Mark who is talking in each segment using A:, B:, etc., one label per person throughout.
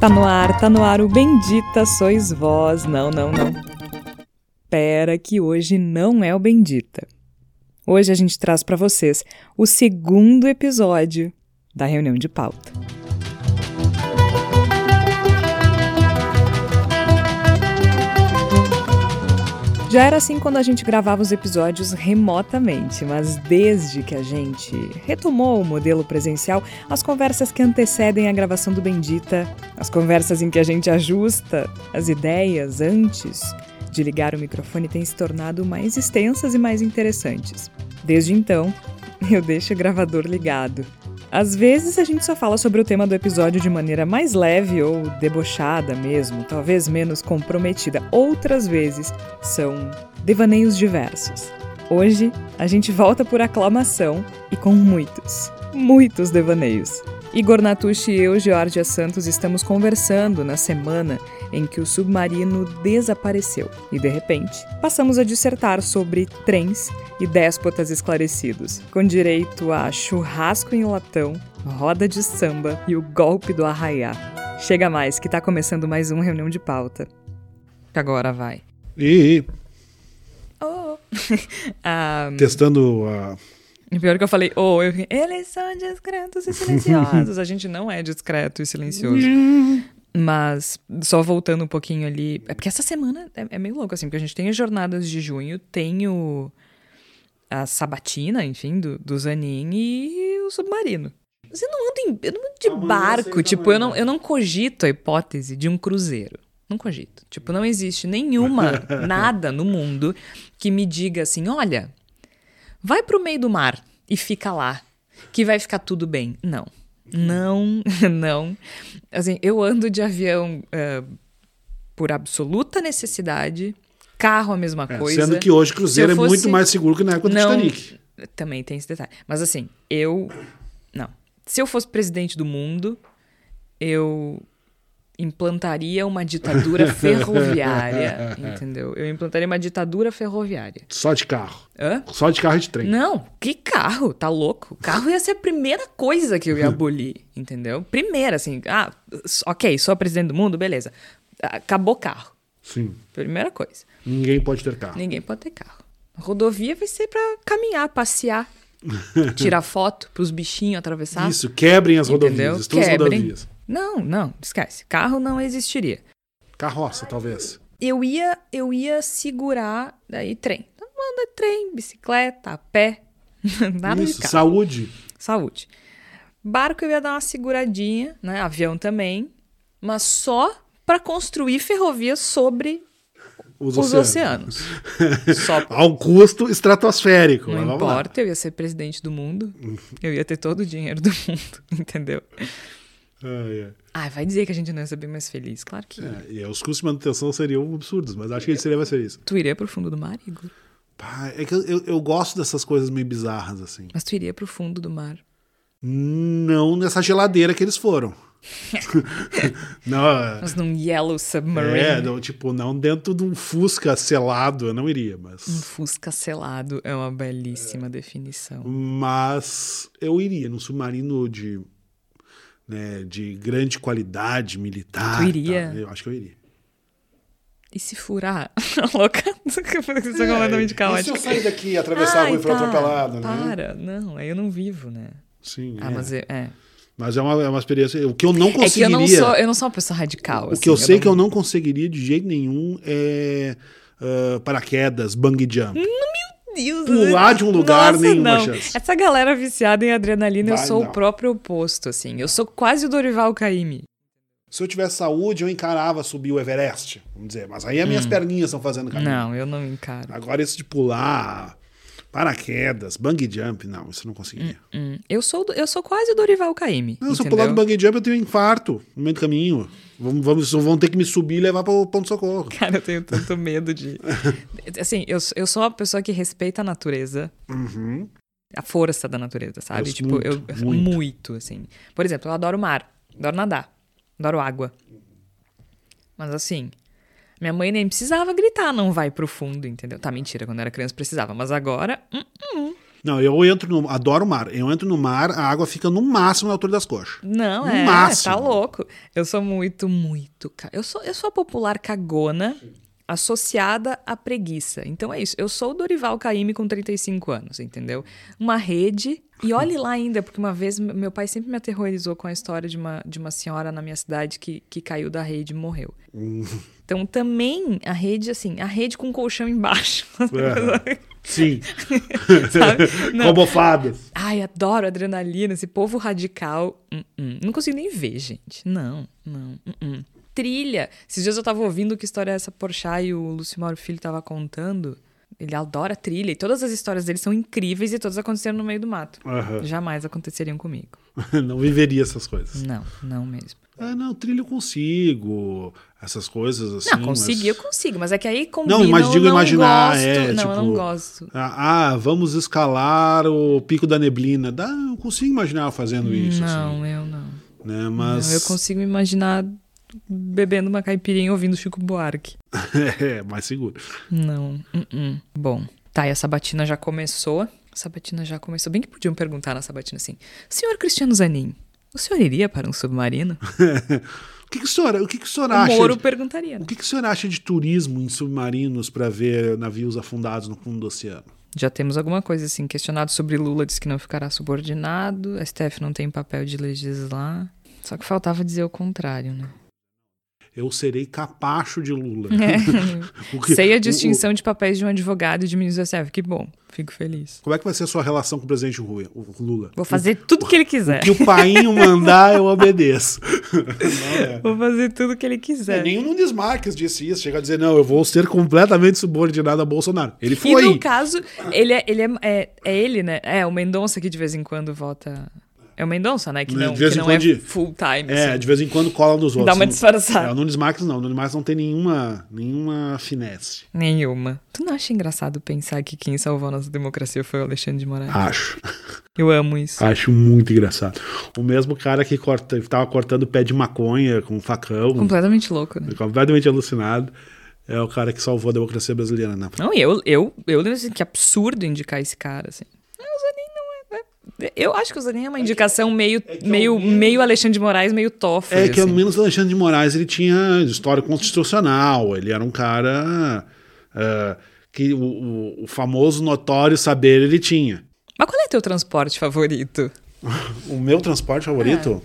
A: Tá no ar, tá no ar o Bendita Sois Vós. Não, não, não. Pera que hoje não é o Bendita. Hoje a gente traz para vocês o segundo episódio da reunião de pauta. Já era assim quando a gente gravava os episódios remotamente, mas desde que a gente retomou o modelo presencial, as conversas que antecedem a gravação do Bendita, as conversas em que a gente ajusta as ideias antes de ligar o microfone têm se tornado mais extensas e mais interessantes. Desde então, eu deixo o gravador ligado. Às vezes a gente só fala sobre o tema do episódio de maneira mais leve ou debochada mesmo, talvez menos comprometida. Outras vezes são devaneios diversos. Hoje a gente volta por aclamação e com muitos, muitos devaneios. Igor Natucci e eu, Georgia Santos, estamos conversando na semana em que o submarino desapareceu e, de repente, passamos a dissertar sobre trens e déspotas esclarecidos, com direito a churrasco em latão, roda de samba e o golpe do arraiá. Chega mais, que tá começando mais uma reunião de pauta. Agora vai.
B: E
A: Oh! Ah,
B: testando a.
A: pior que eu falei, oh, eu... eles são discretos e silenciosos. A gente não é discreto e silencioso. Mas, só voltando um pouquinho ali. É porque essa semana é, é meio louco, assim, porque a gente tem as jornadas de junho, tem o. a sabatina, enfim, do, do Zanin e o submarino. Mas eu não ando, em, eu não ando de barco, tipo, eu não, eu não cogito a hipótese de um cruzeiro. Não cogito. Tipo, não existe nenhuma, nada no mundo que me diga assim: olha, vai pro meio do mar e fica lá, que vai ficar tudo bem. Não. Não, não. Assim, eu ando de avião eh, por absoluta necessidade, carro a mesma
B: é,
A: coisa.
B: sendo que hoje Cruzeiro
A: Se eu
B: é
A: fosse-
B: muito mais seguro que na época do
A: Não.
B: Titanic.
A: Também tem esse detalhe. Mas assim, eu. Não. Se eu fosse presidente do mundo, eu implantaria uma ditadura ferroviária. entendeu? Eu implantaria uma ditadura ferroviária.
B: Só de carro.
A: Hã?
B: Só de carro e de trem.
A: Não, que carro? Tá louco? Carro ia ser a primeira coisa que eu ia abolir, entendeu? Primeira, assim, ah, s- ok, sou presidente do mundo, beleza. Ah, Acabou carro.
B: Sim.
A: Primeira coisa.
B: Ninguém pode ter carro.
A: Ninguém pode ter carro. A rodovia vai ser pra caminhar, passear, tirar foto pros bichinhos atravessar.
B: Isso, quebrem as
A: entendeu?
B: rodovias. Todas as
A: Quebrem.
B: rodovias.
A: Não, não, esquece. Carro não existiria.
B: Carroça, talvez.
A: Eu ia, eu ia segurar daí trem. Então manda trem, bicicleta, a pé, nada de
B: Isso,
A: carro.
B: saúde.
A: Saúde. Barco eu ia dar uma seguradinha, né? Avião também, mas só pra construir ferrovia sobre
B: Os,
A: os oceanos. Só
B: A um custo estratosférico. mas
A: Não
B: vamos lá.
A: importa, eu ia ser presidente do mundo. Eu ia ter todo o dinheiro do mundo, entendeu?
B: Ai, ai.
A: Ah, vai dizer que a gente não ia ser bem mais feliz. Claro que. ia.
B: É, e os custos de manutenção seriam absurdos, mas acho que ele seria mais feliz.
A: Tu iria pro fundo do mar, Igor?
B: Pá, É que eu, eu- eu gosto dessas coisas meio bizarras, assim.
A: Mas tu iria pro fundo do mar.
B: Não nessa geladeira que eles foram. não, é-
A: Mas num Yellow Submarine.
B: É, não, tipo, não dentro de um Fusca selado, eu não iria,
A: Um
B: mas.
A: Fusca selado é uma belíssima definição.
B: Mas eu iria num submarino de. Né, de grande qualidade militar.
A: Tu
B: e
A: iria?
B: tal. Eu acho que eu iria.
A: E se furar? Louca? Isso é completamente
B: E se
A: caótico. Ah, então,
B: eu sair daqui e atravessar a rua e for atropelado, né?
A: Para, não, aí eu não vivo, né?
B: Sim.
A: Ah,
B: é.
A: mas
B: Mas,
A: eu- é.
B: é, uma, é uma experiência. O que eu não
A: É que eu
B: conseguiria.
A: não sou, eu não sou uma pessoa radical.
B: o
A: assim,
B: que eu sei é
A: não-
B: que eu não conseguiria de jeito nenhum é. ah, paraquedas, bungee jump.
A: Hum? Deus,
B: Pular
A: né?
B: de um lugar,
A: Nossa,
B: nenhuma
A: não.
B: chance.
A: Essa galera viciada em adrenalina, eu
B: Vai,
A: sou o
B: não.
A: próprio oposto, assim. Eu sou quase o Dorival Caymmi.
B: Se eu tivesse saúde, eu encarava subir o Everest, vamos dizer. Mas aí as minhas
A: Hum.
B: perninhas estão fazendo caminho.
A: Não, eu não encaro.
B: Agora, isso de pular, paraquedas, bungee jump, não, isso eu não conseguiria.
A: Hum, eu, sou, do- eu sou quase o Dorival Caymmi,
B: Não, se eu
A: Hum, entendeu?
B: pular do bungee jump, eu tenho um infarto no meio do caminho. Vamos, vamos, vão ter que me subir e levar para o ponto-socorro.
A: Cara, eu tenho tanto medo de... Assim, eu, eu sou uma pessoa que respeita a natureza. A força da natureza, sabe?
B: Eu-
A: tipo,
B: muito,
A: eu...
B: Uhum. muito.
A: Muito, assim. Por exemplo, eu adoro mar. Adoro nadar. Adoro água. Mas assim... Minha mãe nem precisava gritar, não vai pro fundo, entendeu? Tá, mentira, quando eu era criança precisava, mas agora. hum, hum.
B: Não, eu entro no. Adoro o mar. Eu entro no mar, a água fica no máximo na altura das coxas.
A: Não,
B: No
A: é,
B: máximo.
A: tá louco. Eu sou muito, muito. ca- Eu sou, eu sou a popular cagona associada à preguiça. Então é isso. Eu sou o Dorival Caymmi com 35 anos, entendeu? Uma rede. E olhe lá ainda, porque uma vez me- meu pai sempre me aterrorizou com a história de uma, de uma senhora na minha cidade que, que caiu da rede e morreu.
B: Hum.
A: Então também a rede, assim, a rede com colchão embaixo.
B: É. Sim.
A: Sabe? Não.
B: Cobofadas.
A: Ai, adoro adrenalina, esse povo radical. Hum, hum. Não consigo nem ver, gente. Não, não. hum, hum. Trilha. Esses dias eu tava ouvindo que história é essa Porchat e o Lúcio Mauro Filho tava contando. Ele adora trilha e todas as histórias dele são incríveis e todas aconteceram no meio do mato.
B: Aham.
A: Jamais aconteceriam comigo.
B: Não viveria essas coisas.
A: Não, não mesmo.
B: Ah, não, trilho eu consigo. Essas coisas assim.
A: não, consegui, eu
B: mas-
A: consigo, mas é que aí combina
B: Não, mas
A: eu
B: digo
A: não
B: imaginar,
A: gosto.
B: é,
A: não, eu não
B: tipo,
A: gosto.
B: Ah, ah, vamos escalar o pico da neblina. Dá, eu consigo imaginar eu fazendo isso.
A: não,
B: assim,
A: eu não.
B: né?
A: não. Eu
B: Mas
A: consigo me imaginar bebendo uma caipirinha e ouvindo Chico Buarque.
B: é mais seguro.
A: Não. uh-uh. Bom, tá, e a sabatina já começou. A sabatina já começou. Bem que podiam perguntar na sabatina assim: Senhor Cristiano Zanin, o senhor iria para um submarino?
B: O que, que o senhor, o que que o senhor
A: O
B: acha?
A: Moro
B: de-
A: perguntaria. né?
B: O que, que o senhor acha de turismo em submarinos para ver navios afundados no fundo do oceano?
A: Já temos alguma coisa assim. Questionado sobre Lula diz que não ficará subordinado. A STF não tem papel de legislar. Só que faltava dizer o contrário, né?
B: Eu serei capacho de Lula. O que-
A: É, Sei a
B: o-
A: distinção de papéis de um advogado e de ministro da STF. Que bom, fico feliz.
B: o- como é que vai ser a sua relação com o presidente Rui- o Lula?
A: Vou fazer tudo que ele quiser.
B: Que o painho mandar, eu obedeço. Não é.
A: Vou fazer tudo que ele quiser.
B: É, nenhum Nunes Marques disse isso. Chega a dizer, não, eu vou ser completamente subordinado a Bolsonaro. Ele
A: E no
B: foi.
A: caso, ele é, ele é, é, é ele, né? É, o Mendonça que de vez em quando vota. É o Mendonça, né? Que
B: De
A: não,
B: vez
A: que
B: em
A: não
B: quando
A: é
B: de-
A: full time.
B: É,
A: assim.
B: de vez em quando cola um dos outros.
A: Dá uma
B: É, o
A: disfarçada.
B: Nunes Marques não. O Nunes Marques não tem nenhuma, nenhuma finesse.
A: Nenhuma. Tu não acha engraçado pensar que quem salvou a nossa democracia foi o Alexandre de Moraes?
B: Acho.
A: Eu amo isso.
B: Acho muito engraçado. O mesmo cara que corta, tava cortando pé de maconha com um facão,
A: Completamente louco, né?
B: completamente alucinado, é o cara que salvou a democracia brasileira, né?
A: Não, e eu, eu, eu lembro assim, que absurdo indicar esse cara, assim. Não, o Zanin não é. é- Eu acho que o Zanin é uma indicação meio,
B: é que é o
A: meio,
B: menos-
A: meio Alexandre de Moraes, meio Toffoli.
B: É que ao
A: assim.
B: menos o Alexandre de Moraes ele tinha história constitucional, ele era um cara ah, que o, o- o famoso notório saber ele tinha.
A: Mas qual é teu transporte favorito
B: O meu transporte favorito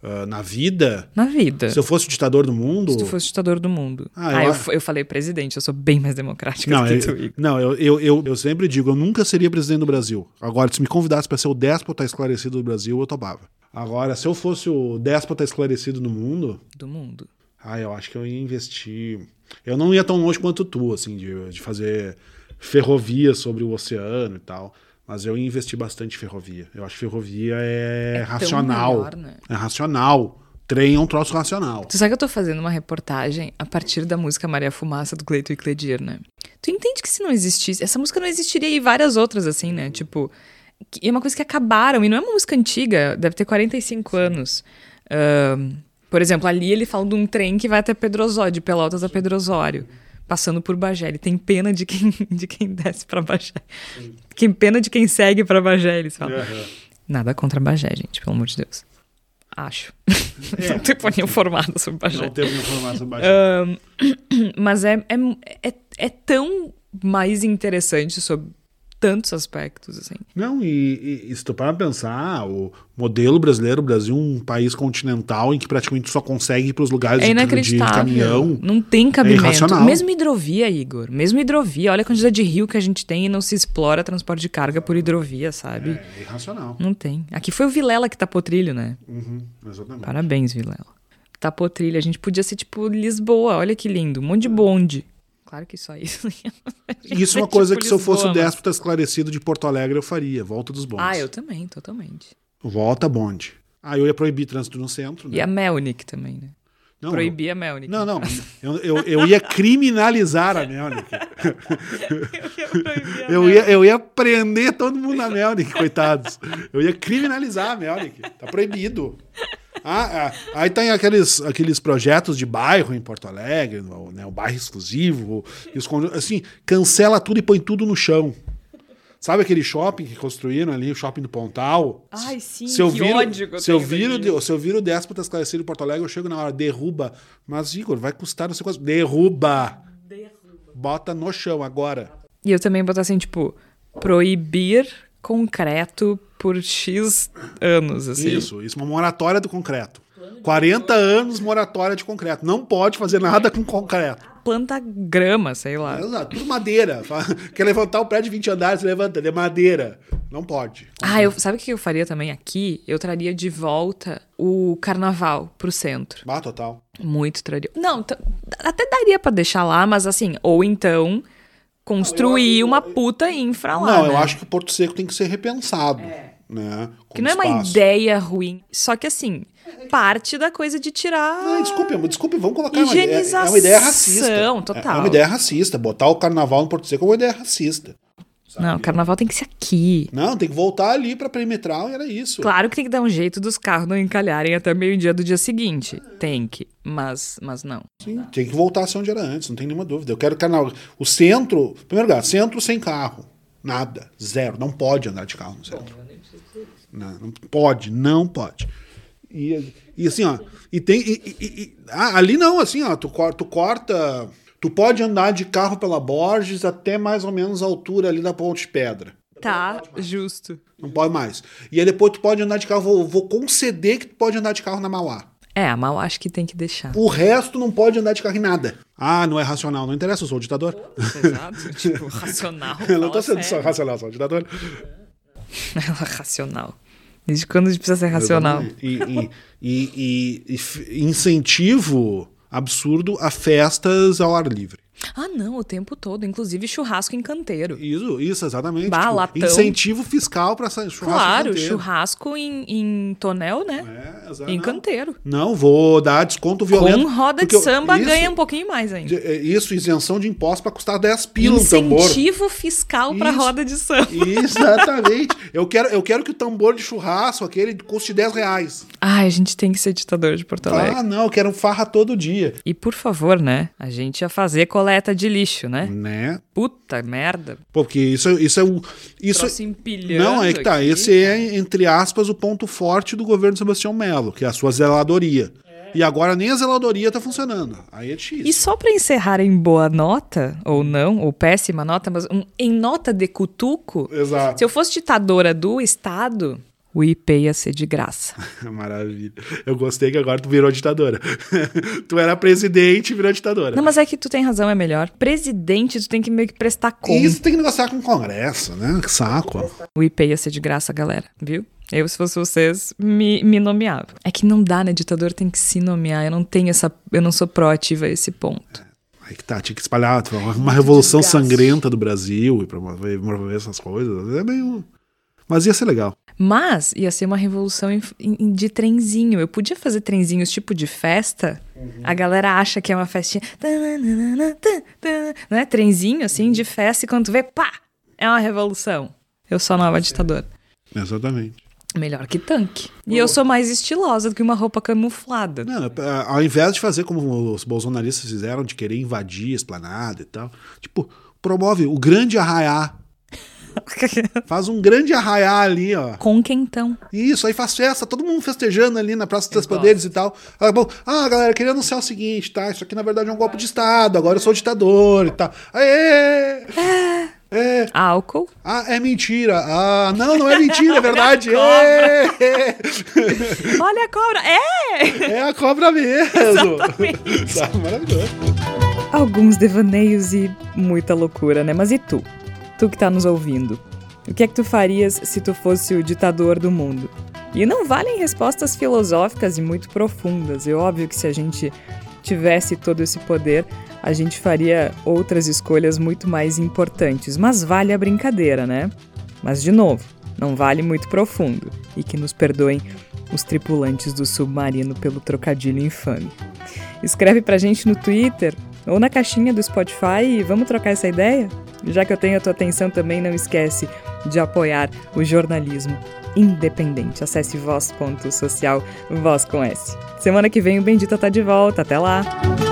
B: ah, na vida,
A: na vida?
B: se eu fosse o ditador do mundo,
A: É. Se tu fosse ditador do mundo.
B: Ah, eu
A: Ah, eu,
B: acho.
A: f- eu falei presidente, eu sou bem mais democrática
B: Não,
A: do que
B: eu,
A: tu, Igor.
B: não eu, eu, eu, eu sempre digo, eu nunca seria presidente do Brasil. Agora, se me convidasse para ser o déspota esclarecido do Brasil, eu topava. Agora, se eu fosse o déspota esclarecido do mundo,
A: Do mundo.
B: ah, eu acho que eu ia investir. Eu não ia tão longe quanto tu, assim, de, de fazer ferrovia sobre o oceano e tal. Mas eu ia investir bastante em ferrovia. Eu acho que ferrovia é,
A: É tão
B: racional.
A: melhor, né?
B: É racional. Trem é um troço racional.
A: Tu sabe que eu tô fazendo uma reportagem a partir da música Maria Fumaça do Cleito e Cledir, né? Tu entende que se não existisse. Essa música não existiria e várias outras, assim, né? Tipo. que- E é uma coisa que acabaram, e não é uma música antiga, deve ter 45 anos. Ahn, por exemplo, ali ele fala de um trem que vai até Pedrosório, de Pelotas a Pedrosório, passando por Bagé. Ele tem pena de quem, de quem desce pra Bagé. Tem pena de quem segue pra Bagé, eles falam. Nada contra Bagé, gente, pelo amor de Deus. Acho. não tenho opinião formada sobre Bagé.
B: Não temos informação baixa.
A: Mas é, é, é, é tão mais interessante sobre tantos aspectos, assim.
B: Não, e, e- e se tu parar pra pensar, o modelo brasileiro, o Brasil, é um país continental em que praticamente só consegue ir pros lugares
A: É
B: de- de,
A: inacreditável.
B: caminhão. é
A: Não tem cabimento.
B: irracional.
A: mesmo hidrovia, Igor. Mesmo hidrovia. Olha a quantidade de rio que a gente tem e não se explora transporte de carga por hidrovia, sabe?
B: É irracional.
A: Não tem. Aqui foi o Vilela que tapou trilho, né?
B: Uhum, exatamente.
A: Parabéns, Vilela. Tapou trilho. A gente podia ser tipo Lisboa. Olha que lindo. Um monte de bonde. Claro que só isso.
B: Isso é
A: tipo
B: uma coisa que se eu fosse o
A: Lisboa, mas-
B: déspota esclarecido de Porto Alegre, eu faria. Volta dos bondes.
A: Ah, eu também, totalmente.
B: Volta bonde. Ah, eu ia proibir trânsito no centro, né?
A: E a Melnick também, né?
B: Não,
A: Proibir a Melnick.
B: Não, não. Eu, eu, eu ia criminalizar a Melnick. Eu ia, eu ia prender todo mundo na Melnick, coitados. Eu ia criminalizar a Melnick. Tá proibido. Ah, ah, aí tem aqueles, aqueles projetos de bairro em Porto Alegre, no- né, o bairro exclusivo. e os conjuntos- assim, cancela tudo e põe tudo no chão. Sabe aquele shopping que construíram ali, o shopping do Pontal?
A: Ai, sim,
B: se eu
A: que
B: viro,
A: ódio que eu
B: se eu
A: tenho
B: viro,
A: daquilo.
B: Se eu viro o déspota esclarecido em Porto Alegre, eu chego na hora, derruba. Mas, Igor, vai custar não sei quanto. Derruba! Bota no chão agora.
A: E eu também boto assim, tipo, proibir concreto por X anos, assim.
B: Isso, isso, uma moratória do concreto. 40 anos moratória de concreto. Não pode fazer nada com concreto.
A: Planta grama, sei lá.
B: Exato, tudo madeira. Fa- Quer levantar o prédio de 20 andares, levanta, ele é madeira. Não pode.
A: Ah, eu, sabe o que eu faria também aqui? Eu traria de volta o carnaval pro centro.
B: Bah, total.
A: Muito traria. Não, t- até daria pra deixar lá, mas assim, ou então construir uma puta infra lá.
B: Não,
A: né?
B: eu acho que o Porto Seco tem que ser repensado. Né?
A: Que não é uma
B: Como
A: ideia ruim. Só que assim, parte da coisa de tirar.
B: Ah, desculpe, amor, desculpe, vamos colocar uma ideia. É uma ideia
A: Higienização,
B: racista. É- É
A: total.
B: uma ideia racista. Botar o carnaval no Porto Seco é uma ideia racista.
A: Não, o carnaval tem que ser aqui.
B: Não, tem que voltar ali pra perimetral e era isso.
A: Claro que tem que dar um jeito dos carros não encalharem até meio-dia do dia seguinte. Tem que. Mas, mas não.
B: Sim, Tá. tem que voltar a ser onde era antes, não tem nenhuma dúvida. Eu quero carnaval. O centro, em primeiro lugar, centro sem carro. Nada, zero. Não pode andar de carro no centro. Não, não pode, não pode. E, e assim, ó, e tem. e- e- e- e- ah, ali não, assim, ó, tu, cor- tu corta. Tu pode andar de carro pela Borges até mais ou menos a altura ali da Ponte de Pedra. é
A: Tá,
B: né?
A: justo.
B: Não pode mais. E aí depois tu pode andar de carro. Vou, vou conceder que tu pode andar de carro na Mauá.
A: É, a mal acho que tem que deixar.
B: O resto não pode andar de carro em nada. Ah, não é racional. Não interessa, eu sou o ditador.
A: Exato. Tipo, racional.
B: Eu não tô
A: fala
B: sendo só
A: sério.
B: racional, sou o ditador.
A: Ela é racional. Desde quando a gente precisa ser racional?
B: E, e- e- e- e f- incentivo absurdo a festas ao ar livre.
A: Ah, não, o tempo todo. Inclusive churrasco em canteiro.
B: Isso, isso exatamente. Tipo,
A: Bah, latão.
B: incentivo fiscal para churrasco.
A: Claro,
B: canteiro.
A: churrasco em, em tonel, né?
B: É, exa-
A: em
B: não.
A: canteiro.
B: Não, vou dar desconto violento.
A: Com roda
B: porque
A: de
B: eu-
A: samba
B: isso,
A: ganha um pouquinho mais ainda.
B: de- é, Isso, isenção de imposto para custar 10 pila um tambor.
A: Incentivo fiscal pra
B: Isso.
A: roda de samba.
B: Exatamente. eu, quero, eu quero que o tambor de churrasco, aquele, custe 10 reais.
A: Ai, a gente tem que ser ditador de Porto Alegre.
B: Ah, não, eu quero farra todo dia.
A: E por favor, né? A gente ia fazer coleta de lixo, né?
B: Né?
A: Puta merda.
B: Porque isso, isso é um. Isso,
A: Troço empilhando
B: não, é que tá.
A: aqui.
B: Esse é, entre aspas, o ponto forte do governo Sebastião Melo, que é a sua zeladoria.
A: É.
B: E agora nem a zeladoria tá funcionando. Aí é
A: E
B: difícil.
A: só pra encerrar em boa nota, ou não, ou péssima nota, mas um- em nota de cutuco,
B: Exato.
A: se eu fosse ditadora do Estado, o IP ia ser de graça.
B: Maravilha. Eu gostei que agora tu virou ditadora. tu era presidente e virou ditadora.
A: Não, mas é que tu tem razão, é melhor. Presidente, tu tem que meio que prestar conta.
B: Isso tem que negociar com o Congresso, né? Que saco.
A: O IP ia ser de graça, galera, viu? Eu, se fosse vocês, me, me nomeava. É que não dá, né? Ditador tem que se nomear. Eu não tenho essa. Eu não sou proativa a esse ponto.
B: Aí que tá, tinha que espalhar tipo, uma, uma revolução sangrenta do Brasil e promover, promover essas coisas. É meio. Mas ia ser legal.
A: Mas ia ser uma revolução em- em- de trenzinho. Eu podia fazer trenzinhos tipo de festa. A galera acha que é uma festinha. Tananana, tan, tan, Né? Trenzinho, assim, de festa. E quando tu vê, pá! É uma revolução. Eu sou a nova ditadora.
B: Exatamente.
A: Melhor que tanque. E eu sou mais estilosa do que uma roupa camuflada.
B: Não, é, ao invés de fazer como os bolsonaristas fizeram, de querer invadir a esplanada e tal, tipo, promove o grande arraiá. Faz um grande arraiá ali, ó.
A: Com quentão.
B: Isso, aí faz festa, todo mundo festejando ali na Praça dos Três
A: Eu gosto.
B: Poderes e tal. Ah, bom, ah, galera, queria anunciar o seguinte, tá? Isso aqui na verdade é um golpe de Estado, agora eu sou ditador e tal. Aê! É,
A: Álcool.
B: ah, é mentira. Ah, não, não é mentira, é verdade.
A: Olha
B: É,
A: Olha a cobra! É!
B: é a cobra mesmo. Tá, maravilhoso.
A: Alguns devaneios e muita loucura, né? Mas e tu? Tu que tá nos ouvindo. O que é que tu farias se tu fosse o ditador do mundo? E não valem respostas filosóficas e muito profundas. É óbvio que se a gente tivesse todo esse poder, a gente faria outras escolhas muito mais importantes. Mas vale a brincadeira, né? Mas, de novo, não vale muito profundo. E que nos perdoem os tripulantes do submarino pelo trocadilho infame. Escreve pra gente no Twitter ou na caixinha do Spotify e vamos trocar essa ideia? Já que eu tenho a tua atenção também, não esquece de apoiar o jornalismo independente. Acesse voz.social, voz com S. Semana que vem o Bendita tá de volta. Até lá!